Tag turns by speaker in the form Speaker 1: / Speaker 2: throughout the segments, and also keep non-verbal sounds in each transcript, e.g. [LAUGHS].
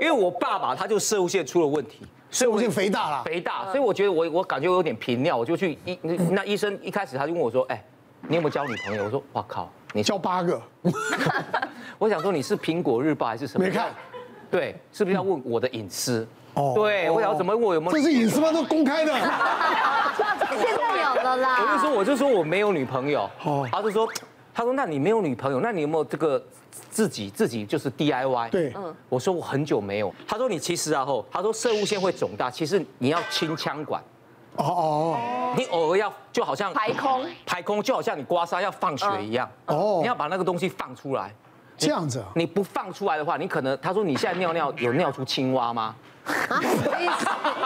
Speaker 1: 因为我爸爸他就射物线出了问题，
Speaker 2: 所以我就肥大了。
Speaker 1: 肥大，所以我觉得我我感觉我有点频尿，我就去医那那医生一开始他就问我说，哎，你有没有交女朋友？我说，哇靠，你
Speaker 2: 交八个，
Speaker 1: 我想说你是苹果日报还是什么？
Speaker 2: 没看，
Speaker 1: 对，是不是要问我的隐私？哦，对，我想怎么问我有没有？
Speaker 2: 这是隐私吗？都公开的。
Speaker 3: 现在有了啦。
Speaker 1: 我就说我就说我没有女朋友，
Speaker 2: 哦
Speaker 1: 他就说。他说：“那你没有女朋友，那你有没有这个自己自己就是 DIY？”
Speaker 2: 对，嗯，
Speaker 1: 我说我很久没有。他说：“你其实啊吼，他说射物线会肿大，其实你要清腔管，
Speaker 2: 哦哦，
Speaker 1: 你偶尔要就好像
Speaker 4: 排空，
Speaker 1: 排空就好像你刮痧要放血一样，
Speaker 2: 嗯
Speaker 1: 哦
Speaker 2: 哦，
Speaker 1: 你要把那个东西放出来。
Speaker 2: 这样子啊，
Speaker 1: 你不放出来的话，你可能他说你现在尿尿有尿出青蛙 [LAUGHS] 吗？
Speaker 3: 啊，所以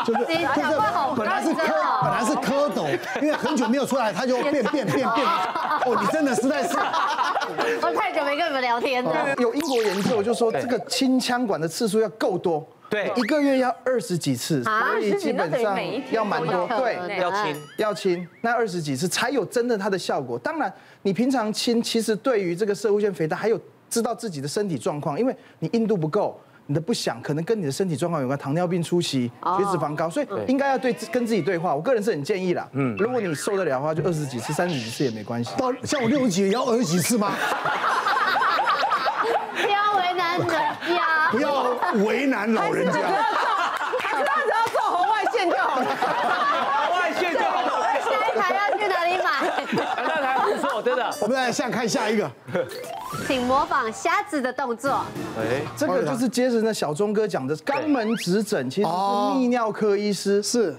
Speaker 2: 就是
Speaker 3: 你讲话好
Speaker 2: 本来是
Speaker 3: 认真
Speaker 2: 蝌，本
Speaker 3: 哦。
Speaker 2: 来是蝌蚪，因为很久没有出来，它就变变变变。哦，你真的实在是，
Speaker 3: 我太久没跟你们聊天了。
Speaker 5: 有英国研究就说，这个清腔管的次数要够多，
Speaker 1: 对
Speaker 5: 一个月要二十几次，
Speaker 3: 啊
Speaker 5: 所以基本
Speaker 4: 20几那等于
Speaker 5: 上
Speaker 4: 每一天
Speaker 5: 要蛮多，
Speaker 3: 都有
Speaker 5: 对
Speaker 3: 可，能
Speaker 1: 要清，
Speaker 5: 要清那二十几次才有真的它的效果。当然，你平常清，其实对于这个射物腺肥大，还有知道自己的身体状况，因为你硬度不够。你的不想可能跟你的身体状况有关，糖尿病、出席、
Speaker 4: 哦
Speaker 5: 血脂肪高，所以应该要对跟自己对话。我个人是很建议啦，嗯，如果你受得了的话，就二十几次、三十几次也没关系。
Speaker 2: 到像我六十几也要二十几次吗？
Speaker 3: 不要为难人家。
Speaker 2: 不要为难老人家。
Speaker 4: 还是他只要做红外线就好了。
Speaker 1: 外线就好了。
Speaker 3: 下一台要去哪里买？
Speaker 1: 哎那还不错，真的。
Speaker 2: 我们来下看下一个，
Speaker 3: 请模仿瞎子的动作。
Speaker 1: 哎
Speaker 5: 这个就是接着那小钟哥讲的肛门指诊，其实是泌尿科医师
Speaker 2: 哦是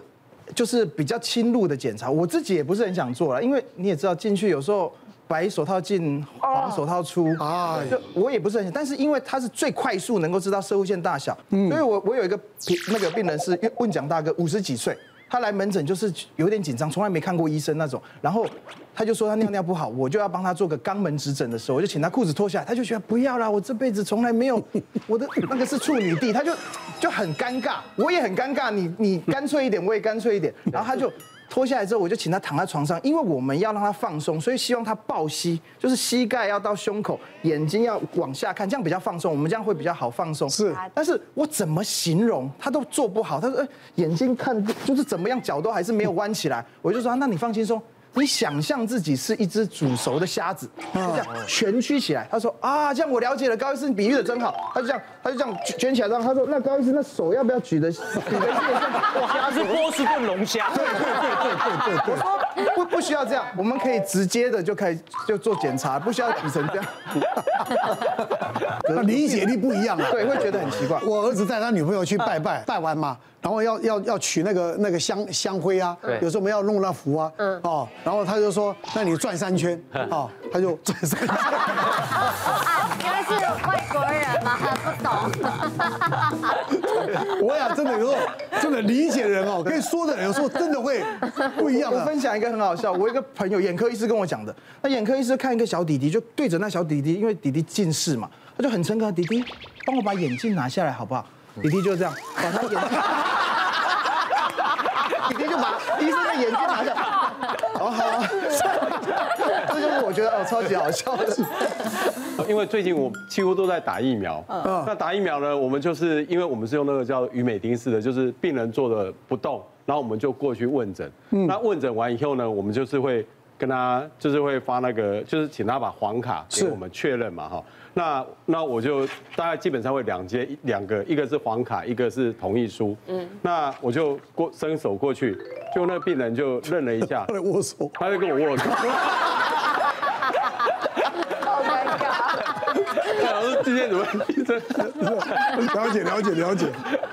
Speaker 5: 就是比较侵入的检查，我自己也不是很想做了，因为你也知道进去有时候白手套进，黄手套出啊
Speaker 2: 哎，
Speaker 5: 就我也不是很想，但是因为它是最快速能够知道射物线大小，所以我我有一个病那个病人是问蒋大哥，五十几岁。他来门诊就是有点紧张，从来没看过医生那种。然后他就说他尿尿不好，我就要帮他做个肛门指诊的时候，我就请他裤子脱下来，他就觉得不要啦，我这辈子从来没有， [LAUGHS] 我的那个是处女地，他就就很尴尬，我也很尴尬，你你干脆一点，我也干脆一点，然后他就。脱下来之后，我就请他躺在床上，因为我们要让他放松，所以希望他抱膝，就是膝盖要到胸口，眼睛要往下看，这样比较放松。我们这样会比较好放松。
Speaker 2: 是
Speaker 5: 但是我怎么形容他都做不好。他说、哎眼睛看就是怎么样，脚都还是没有弯起来。我就说、啊那你放轻松，你想象自己是一只煮熟的虾子，就这样蜷曲起来。他说啊，这样我了解了，高医师你比喻的真好。他就这样，他就这样卷卷起来，然后他说那高医师那手要不要举的举的
Speaker 1: 哇， [LAUGHS] 他是波士顿龙虾， [LAUGHS]
Speaker 5: 不不需要这样，我们可以直接的就开始就做检查，不需要挤成这样。 [LAUGHS]
Speaker 2: 那理解力不一样啊。
Speaker 5: 对，会觉得很奇怪。
Speaker 2: 我儿子带他女朋友去拜
Speaker 1: 嗯
Speaker 2: 拜，拜完嘛，然后要要要取那个那个香香灰啊
Speaker 1: 对，嗯
Speaker 2: 有时候我们要弄那符啊，哦，然后他就说，那你转三圈，哦，他就转三圈，
Speaker 1: [LAUGHS]
Speaker 3: 啊，因为是外国人嘛，
Speaker 2: [LAUGHS]
Speaker 3: 不懂。
Speaker 2: 我想真的有时候真的理解人哦，跟说的人有时候真的会不一样
Speaker 5: 我
Speaker 2: 啊。
Speaker 5: 分享一个很好笑，我一个朋友眼科医师跟我讲的，那眼科医师看一个小弟弟，就对着那小弟弟，因为弟弟近视嘛，他就很诚恳，弟弟帮我把眼镜拿下来好不好？
Speaker 2: 嗯
Speaker 5: 弟弟就这样把他
Speaker 2: [LAUGHS]
Speaker 5: 眼镜， [LAUGHS] 弟弟就把医生的眼镜拿下来。哦好啊， [LAUGHS] 这就是我觉得哦超级好笑的。
Speaker 2: [LAUGHS]
Speaker 6: 因为最近我几乎都在打疫苗，那打疫苗呢，我们就是因为我们是用那个叫于美丁式的，就是病人坐的不动，然后我们就过去问诊。那问诊完以后呢，我们就是会跟他，就是会发那个，就是请他把黄卡给我们确认嘛，哈。那那我就大概基本上会两阶两个，一个是黄卡，一个是同意书。嗯，那我就过伸手过去，就那个病人就愣了一下
Speaker 2: [LAUGHS] 他，来握手，
Speaker 6: 他就跟我握手。
Speaker 4: 好尴尬，
Speaker 6: 我说今天怎么医生？
Speaker 2: 了解了解了解，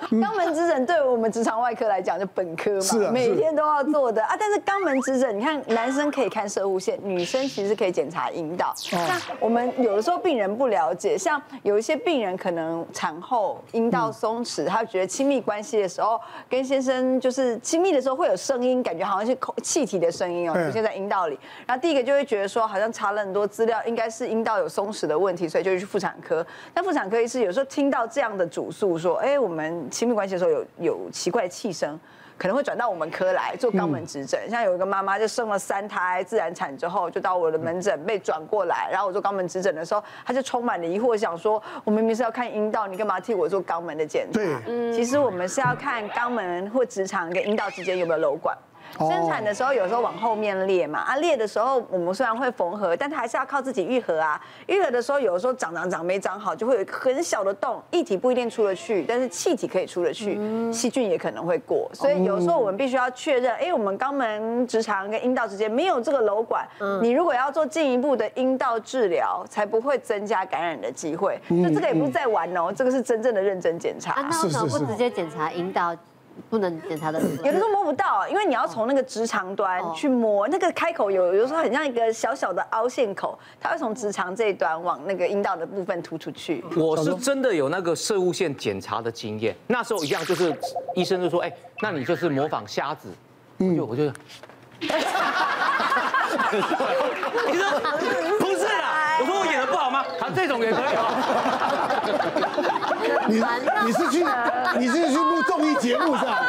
Speaker 4: 肛门指诊对我们直肠外科来讲就本科嘛，
Speaker 2: 嗯是啊
Speaker 4: 每天都要做的啊。但是肛门指诊，你看男生可以看射物线，女生其实可以检查阴道。那我们有的时候病人不了解，像有一些病人可能产后阴道松弛，他觉得亲密关系的时候跟先生就是亲密的时候会有声音，感觉好像是空气体的声音哦，
Speaker 2: 嗯
Speaker 4: 出现在阴道里。然后第一个就会觉得说，好像查了很多资料，应该是阴道有松弛的问题，所以就去妇产科。但妇产科医师有时候听到这样的主诉说，哎，我们亲密关系的时候有有奇怪的气声。可能会转到我们科来做肛门指诊。像有一个妈妈就生了三胎，自然产之后就到我的门诊被转过来，然后我做肛门指诊的时候，她就充满了疑惑，想说我明明是要看阴道，你干嘛替我做肛门的检查？
Speaker 2: 对
Speaker 4: 其实我们是要看肛门或直肠跟阴道之间有没有瘘管。
Speaker 2: 哦
Speaker 4: 生产的时候有时候往后面裂嘛，啊裂的时候我们虽然会缝合，但它还是要靠自己愈合啊。愈合的时候有的时候长长长没长好，就会有一个很小的洞，液体不一定出得去，但是气体可以出得去，细菌也可能会过。所以有时候我们必须要确认，哎，我们肛门、直肠跟阴道之间没有这个瘘管，你如果要做进一步的阴道治疗，才不会增加感染的机会。就这个也不是在玩哦，这个是真正的认真检查。
Speaker 3: 啊，那为什么不直接检查阴道？不能检查的，
Speaker 4: 有的时候哦摸不到，因为你要从那个直肠端去摸，那个开口有有时候很像一个小小的凹陷口，它会从直肠这一端往那个阴道的部分突出去。
Speaker 1: 我是真的有那个射物线检查的经验，那时候一样就是医生就说，哎，那你就是模仿瞎子，我就我就， [LAUGHS] 你说不是啦，我说我演的不好吗？他这种也可以哦，
Speaker 2: 你你是去你是去录综艺节目是吧？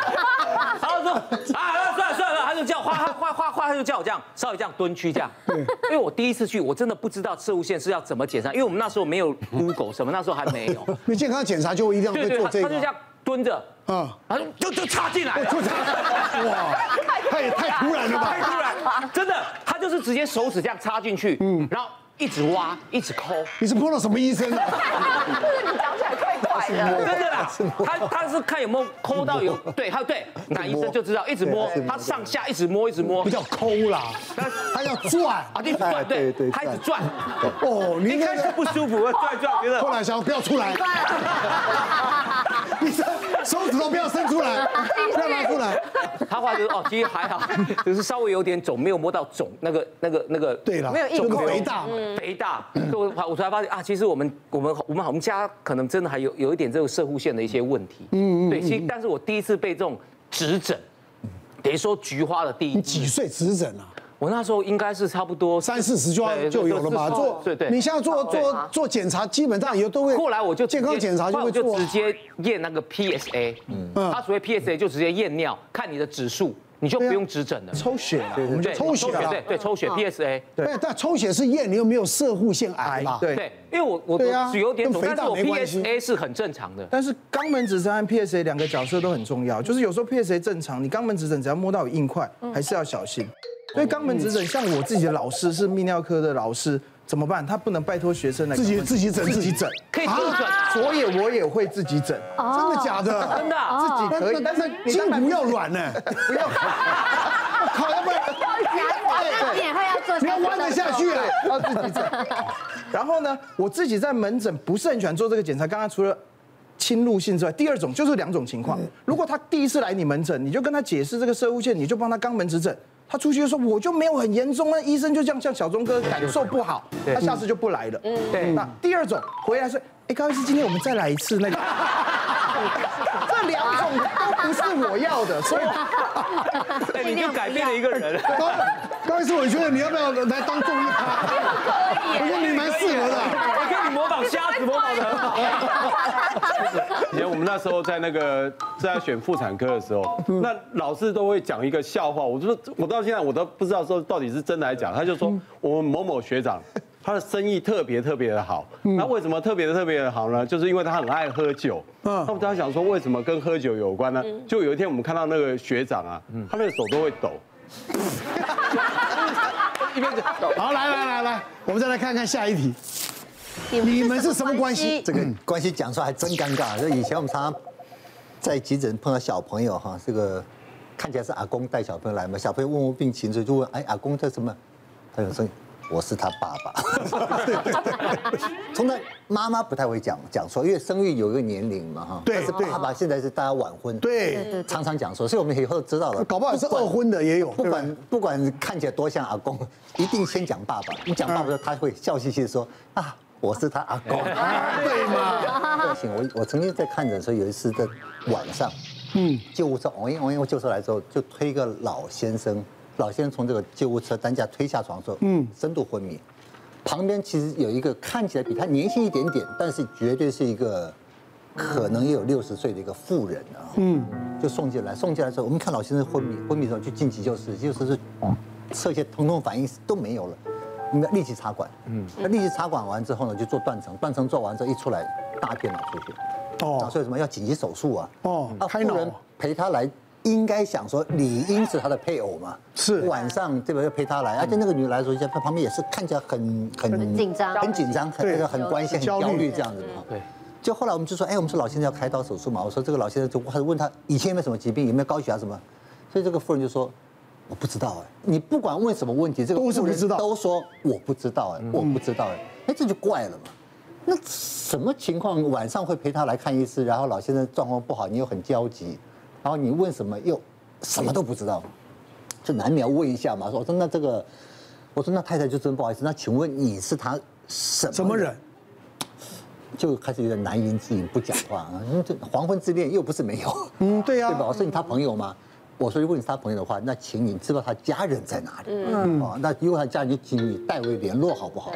Speaker 1: 然后说啊，算了算了，他就叫哗哗哗哗哗，他就叫我这样稍微这样蹲区这样，因为我第一次去，我真的不知道射物线是要怎么检查，因为我们那时候没有 Google 什么，那时候还没
Speaker 2: [LAUGHS]
Speaker 1: 有，
Speaker 2: 因为健康检查就一定
Speaker 1: 对
Speaker 2: 会
Speaker 1: 对，
Speaker 2: 做
Speaker 1: [LAUGHS] 他他
Speaker 2: 这
Speaker 1: 就这
Speaker 2: 个
Speaker 1: 样蹲着，
Speaker 2: 啊，
Speaker 1: 然后就就插进来了。
Speaker 2: 就这样 [LAUGHS] 哇，他也太突然了吧
Speaker 1: 太？突然，真的，他就是直接手指这样插进去，嗯，然后一直挖，一直抠，
Speaker 2: 你是碰到什么医生啊？
Speaker 4: 就是你讲起来怪怪的。
Speaker 1: 真的啦，他他是看有没有抠到有，对，他对，男医生就知道，一直摸，他上下一直摸，一直摸
Speaker 2: 不，叫抠啦，他要
Speaker 1: [LAUGHS]
Speaker 2: 转。
Speaker 1: 啊，一直
Speaker 2: 哎
Speaker 1: 转，
Speaker 5: 哎对
Speaker 1: 对
Speaker 5: 对，
Speaker 1: 他一直转，
Speaker 2: 哦，你
Speaker 6: 一
Speaker 2: 那
Speaker 6: 开始
Speaker 2: 个
Speaker 6: 不舒服，我转一转，觉得
Speaker 2: 后来想不要出来， [LAUGHS] 医生手指头不要伸出
Speaker 1: [LAUGHS]
Speaker 2: 来，不要拿出来。
Speaker 1: 他话就是哦，其实还好，只是稍微有点肿，没有摸到肿那个那个那个，
Speaker 2: 对了，
Speaker 4: 没有一
Speaker 2: 就
Speaker 4: 口
Speaker 2: 肥大嘛，
Speaker 1: 嗯肥大，所以我我才发现啊，其实我们我们我们我们家可能真的还有有一点这个射护线的一些问题。嗯嗯。对，其实但是我第一次被这种指诊，等于说菊花的第一
Speaker 2: 你，几岁指诊啊？
Speaker 1: 我那时候应该是差不多
Speaker 2: 三四十就要
Speaker 1: 对
Speaker 2: 就有了吧？
Speaker 1: 对
Speaker 2: 做
Speaker 1: 对对。
Speaker 2: 你现在做
Speaker 1: 对
Speaker 2: 做做检查，基本上以后都会。
Speaker 1: 后来我就直接
Speaker 2: 健康检查就
Speaker 1: 后来
Speaker 2: 会
Speaker 1: 我就
Speaker 2: 做
Speaker 1: 直
Speaker 2: 啊。
Speaker 1: 接验那个 PSA，嗯，他所谓 PSA 就直接验尿，看你的指数，你就不用指诊了。
Speaker 5: 抽血了，
Speaker 2: 啊我们就
Speaker 1: 对
Speaker 2: 抽血啊
Speaker 1: 对对，抽血 PSA。
Speaker 2: 对，但抽血是验你有没有射护腺癌啦。
Speaker 5: 对
Speaker 1: 对，因为我我
Speaker 2: 对啊
Speaker 1: 我有点
Speaker 2: 跟
Speaker 1: 肿，
Speaker 2: 肥
Speaker 1: 但是
Speaker 2: 大
Speaker 1: 我
Speaker 2: 没关系
Speaker 1: PSA 是很正常
Speaker 2: [LAUGHS]
Speaker 1: 的。
Speaker 5: 但是肛门指诊和 PSA 两个角色都很重要，就是有时候 PSA 正常，你肛门指诊只要摸到有硬块，
Speaker 1: 嗯
Speaker 5: 还是要小心。所以肛门指诊，像我自己的老师是泌尿科的老师，怎么办？他不能拜托学生来
Speaker 2: 自己
Speaker 5: 肛门
Speaker 2: 自己诊
Speaker 5: 自己诊，
Speaker 1: 可以自诊啊
Speaker 5: 所以我也会自己诊，
Speaker 2: 哦真的假的？哦
Speaker 1: 真的啊
Speaker 5: 自己可以，
Speaker 2: 但
Speaker 5: 但
Speaker 2: 是
Speaker 5: 是你
Speaker 2: 筋
Speaker 5: 当然
Speaker 2: 骨要软呢，
Speaker 5: 不要
Speaker 2: 我 [LAUGHS] 靠，要不 [LAUGHS] 然哎
Speaker 3: 你也会要做？
Speaker 2: 你要弯得下去啊。
Speaker 5: 对，要自己
Speaker 2: [LAUGHS]
Speaker 5: 诊。然后呢，我自己在门诊不是很喜欢做这个检查。刚刚除了侵入性之外，第二种就是两种情况。
Speaker 2: 嗯
Speaker 5: 如果他第一次来你门诊，你就跟他解释这个射物线，你就帮他肛门指诊。他出去就说我就没有很严重，那啊医生就这样像小钟哥感受不好，
Speaker 2: 嗯
Speaker 5: 他下次就不来了。嗯，
Speaker 1: 对
Speaker 5: 那第二种回来说，哎，高医师，今天我们再来一次那个。
Speaker 2: [LAUGHS]
Speaker 5: 这两种都不是我要的，所以
Speaker 1: 哎，你就改变了一个人。
Speaker 2: 高高医师，我觉得你要不要来当中医咖？我觉得你蛮适合的。
Speaker 1: 我跟你模仿瞎子模仿的很好。
Speaker 6: 以前我们那时候在那个在选妇产科的时候，那老师都会讲一个笑话，我就说我到现在我都不知道说到底是真的还是假的。他就说我们某某学长。他的生意特别特别的好，那为什么特别的特别的好呢？就是因为他很爱喝酒。那我们在想说，为什么跟喝酒有关呢？就有一天我们看到那个学长啊，他那个手都会抖，
Speaker 2: 好，来来来来，我们再来看看下一题。你们是什么关系？
Speaker 7: 这个关系讲出来还真尴尬。就以前我们常常在急诊碰到小朋友哈，这个看起来是阿公带小朋友来嘛，小朋友问问病情，所以就问：哎，阿公这什么？他有说我是他爸爸。 [LAUGHS] 从来妈妈不太会讲讲错，因为生育有一个年龄嘛哈。
Speaker 2: 对
Speaker 7: 但是爸爸现在是大家晚婚，，
Speaker 2: 对，
Speaker 7: 常常讲错，所以我们以后知道了。
Speaker 2: 搞不好是
Speaker 7: 管
Speaker 2: 二婚的也有，
Speaker 7: 不
Speaker 2: 对嗯吧？
Speaker 7: 管不管看起来多像阿公，一定先讲爸爸。你讲爸爸的时候，他会笑嘻嘻的说啊，我是他阿公。
Speaker 2: [LAUGHS] 对嘛？
Speaker 7: 不行，我我曾经在看诊的时候，有一次在晚上，嗯，救护车哦一哦一救出来之后，就推一个老先生，老先生从这个救护车担架推下床之后，嗯，深度昏迷。旁边其实有一个看起来比他年轻一点点，但是绝对是一个可能也有六十岁的一个妇人啊，嗯，就送进来，送进来之后，我们看老先生昏迷，昏迷的时候就进急救室，急救室是这些疼痛反应都没有了，我们要立即插管，嗯，那立即插管完之后呢，就做断层，断层做完之后一出来，大片脑出血，
Speaker 2: 哦
Speaker 7: 哦，所以什么要紧急手术啊，
Speaker 2: 哦
Speaker 7: 啊，
Speaker 2: 开
Speaker 7: 夫
Speaker 2: 脑
Speaker 7: 人陪他来。应该想说，理应是他的配偶嘛，
Speaker 2: 是
Speaker 7: 晚上对吧？要陪他来，而且那个女的来的时候，在旁边也是看起来很很
Speaker 3: 很紧张
Speaker 7: 很紧张，很
Speaker 2: 对
Speaker 7: 那个很关心、很
Speaker 2: 焦
Speaker 7: 焦
Speaker 2: 虑
Speaker 7: 虑这样子的。
Speaker 1: 对，
Speaker 7: 就后来我们就说，哎，我们说老先生要开刀手术嘛，我说这个老先生就还问他以前有没有什么疾病，有没有高血压什么，所以这个妇人就说。我不知道哎，你不管问什么问题，这个
Speaker 2: 都是
Speaker 7: 妇人
Speaker 2: 不知道嗯
Speaker 7: 都说我不知道哎，我不知道哎，哎这就怪了嘛。那什么情况晚上会陪他来看医师，然后老先生状况不好，你又很焦急，然后你问什么又什么都不知道，就难免要问一下嘛。说我说那这个，我说那太太就真不好意思，那请问你是他什
Speaker 2: 什么人？
Speaker 7: 就开始有点难言之隐，不讲话啊。因为这黄昏之恋又不是没有，
Speaker 2: 嗯对呀
Speaker 7: 对吧？我说你他朋友吗？我说如果你是他朋友的话，那请你知道他家人在哪里。嗯，哦，那如果他家人就请你代为联络好不好？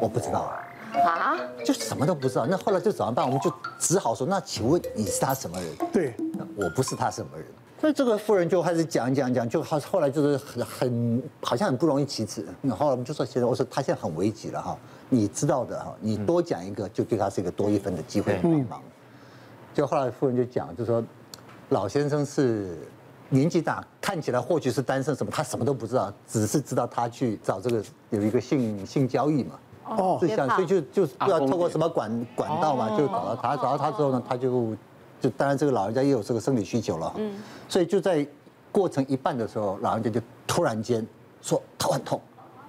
Speaker 7: 我不知道啊。
Speaker 3: 啊，
Speaker 7: 就什么都不知道。那后来就怎么办？我们就只好说，那请问你是他什么人？
Speaker 2: 对，
Speaker 7: 我不是他什么人。所以这个妇人就开始讲讲讲，就后后来就是很很好像很不容易启齿。然后来我们就说，先生，我说他现在很危急了哈，你知道的哈，你多讲一个就对他是一个多一分的机会帮忙。就后来夫人就讲，就说老先生是年纪大，看起来或许是单身什么，他什么都不知道，只是知道他去找这个有一个性性交易嘛。
Speaker 2: 哦
Speaker 7: 就
Speaker 3: 别
Speaker 7: 想
Speaker 3: 怕
Speaker 7: 所以就就不知道透过什么管管道嘛，就找到他，找到他之后呢，他就就当然这个老人家也有这个生理需求了，嗯，所以就在过程一半的时候，老人家就突然间说头很痛，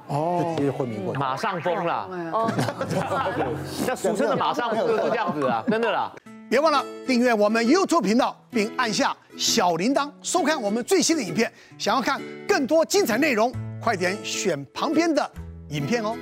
Speaker 2: 哦，
Speaker 7: 就直接昏迷过去。
Speaker 1: 马上疯了，
Speaker 3: 哦，
Speaker 1: [LAUGHS] 那俗称的马上疯就是这样子啊，真的啦。
Speaker 2: 别忘了订阅我们 YouTube 频道，并按下小铃铛，收看我们最新的影片。想要看更多精彩内容，快点选旁边的影片哦。